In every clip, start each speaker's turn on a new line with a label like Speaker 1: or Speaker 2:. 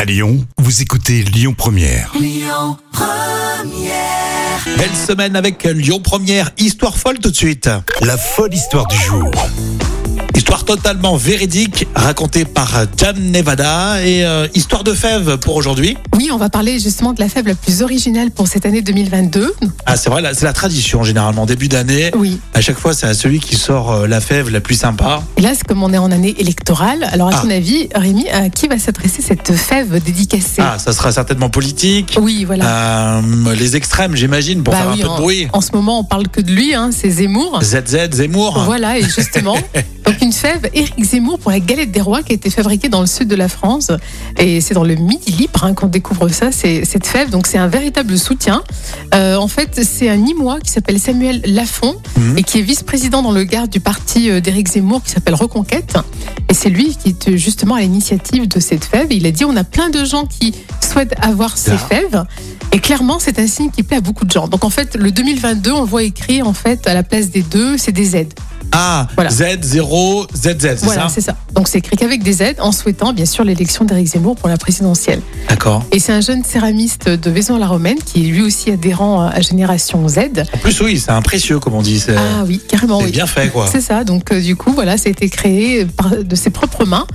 Speaker 1: À Lyon, vous écoutez Lyon Première.
Speaker 2: Belle semaine avec Lyon Première, histoire folle tout de suite.
Speaker 1: La folle histoire du jour.
Speaker 2: Histoire totalement véridique, racontée par Jam Nevada et euh, histoire de fève pour aujourd'hui.
Speaker 3: Oui, on va parler justement de la fève la plus originale pour cette année 2022.
Speaker 2: Ah c'est vrai, là, c'est la tradition généralement, début d'année.
Speaker 3: Oui.
Speaker 2: À chaque fois, c'est à celui qui sort euh, la fève la plus sympa.
Speaker 3: Et là, c'est comme on est en année électorale. Alors, à
Speaker 2: Ah.
Speaker 3: ton avis, Rémi, à qui va s'adresser cette fève dédicacée
Speaker 2: Ah, ça sera certainement politique.
Speaker 3: Oui, voilà.
Speaker 2: Euh, les extrêmes, j'imagine, pour
Speaker 3: Bah
Speaker 2: faire un
Speaker 3: oui,
Speaker 2: peu de bruit.
Speaker 3: En ce moment, on parle que de lui, hein, c'est Zemmour.
Speaker 2: ZZ, Zemmour.
Speaker 3: Voilà, et justement, donc une fève, Éric Zemmour pour la galette des rois qui a été fabriquée dans le sud de la France. Et c'est dans le Midi Libre hein, qu'on découvre ça, c'est cette fève. Donc c'est un véritable soutien. Euh, en fait, c'est un Nîmois qui s'appelle Samuel Lafont
Speaker 2: Mhm.
Speaker 3: et qui est vice-président dans le garde du parti euh, d'Éric Zemmour qui s'appelle Reconquête. Et c'est lui qui est euh, justement à l'initiative de cette fève. Et il a dit on a plein de gens qui souhaitent avoir ces
Speaker 2: Ah.
Speaker 3: fèves. Et clairement, c'est un signe qui plaît à beaucoup de gens. Donc en fait, le 2022, on le voit écrit en fait à la place des deux, c'est des aides.
Speaker 2: Ah,
Speaker 3: Voilà.
Speaker 2: Z0, ZZ, c'est
Speaker 3: Voilà,
Speaker 2: ça
Speaker 3: c'est ça. Donc c'est écrit qu'avec des aides, en souhaitant bien sûr l'élection d'Éric Zemmour pour la présidentielle.
Speaker 2: D'accord.
Speaker 3: Et c'est un jeune céramiste de Vaison-la-Romaine qui est lui aussi adhérent euh, à Génération Z.
Speaker 2: En plus, oui, c'est un précieux, comme on dit. C'est
Speaker 3: Ah oui, carrément.
Speaker 2: Euh, c'est
Speaker 3: oui.
Speaker 2: bien fait, quoi.
Speaker 3: C'est ça. Donc euh, du coup, voilà, ça a été créé par- de ses propres mains.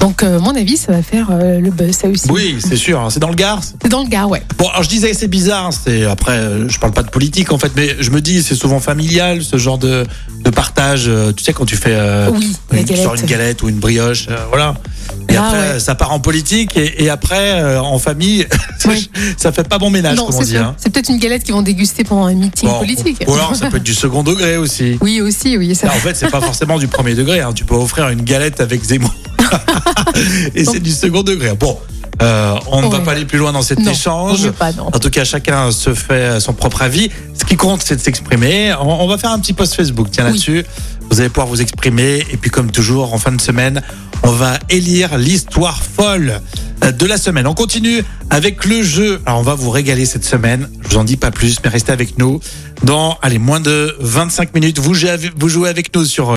Speaker 3: Donc euh, à mon avis, ça va faire euh, le buzz, ça aussi.
Speaker 2: Oui, c'est sûr. hein. C'est dans le Gard,
Speaker 3: C'est dans le gars, ouais.
Speaker 2: Bon, alors je disais c'est bizarre, c'est après euh, je parle pas de politique en fait, mais je me dis c'est souvent familial ce genre de, de partage. euh, Tu sais quand tu fais euh,
Speaker 3: Oui, la
Speaker 2: une, tu sors
Speaker 3: galette.
Speaker 2: une galette ou une brioche, euh, voilà. Et
Speaker 3: Ah,
Speaker 2: après
Speaker 3: ouais.
Speaker 2: euh, ça part en politique et, et après euh, en famille
Speaker 3: Oui.
Speaker 2: ça fait pas bon ménage
Speaker 3: Non,
Speaker 2: comme on
Speaker 3: c'est
Speaker 2: dit.
Speaker 3: sûr.
Speaker 2: hein.
Speaker 3: C'est peut-être une galette qu'ils vont déguster pendant un meeting
Speaker 2: Bon,
Speaker 3: politique.
Speaker 2: Ou alors ça peut être du second degré aussi.
Speaker 3: Oui, aussi, oui, ça.
Speaker 2: Là, en fait c'est pas forcément du premier degré. hein. Tu peux offrir une galette avec Zemmour et c'est du second degré. Bon, euh, on ne va
Speaker 3: Ouais.
Speaker 2: pas aller plus loin dans cet
Speaker 3: Oh non,
Speaker 2: échange.
Speaker 3: vaut mieux pas, non.
Speaker 2: En tout cas, chacun se fait son propre avis. Ce qui compte, c'est de s'exprimer. On, on va faire un petit post Facebook, tiens,
Speaker 3: Oui.
Speaker 2: là-dessus. Vous allez pouvoir vous exprimer. Et puis, comme toujours, en fin de semaine, on va élire l'histoire folle euh, de la semaine. On continue avec le jeu. Alors, on va vous régaler cette semaine. Je vous en dis pas plus, mais restez avec nous. Dans, allez, moins de 25 minutes, vous jouez avec- vous jouez avec nous sur... euh,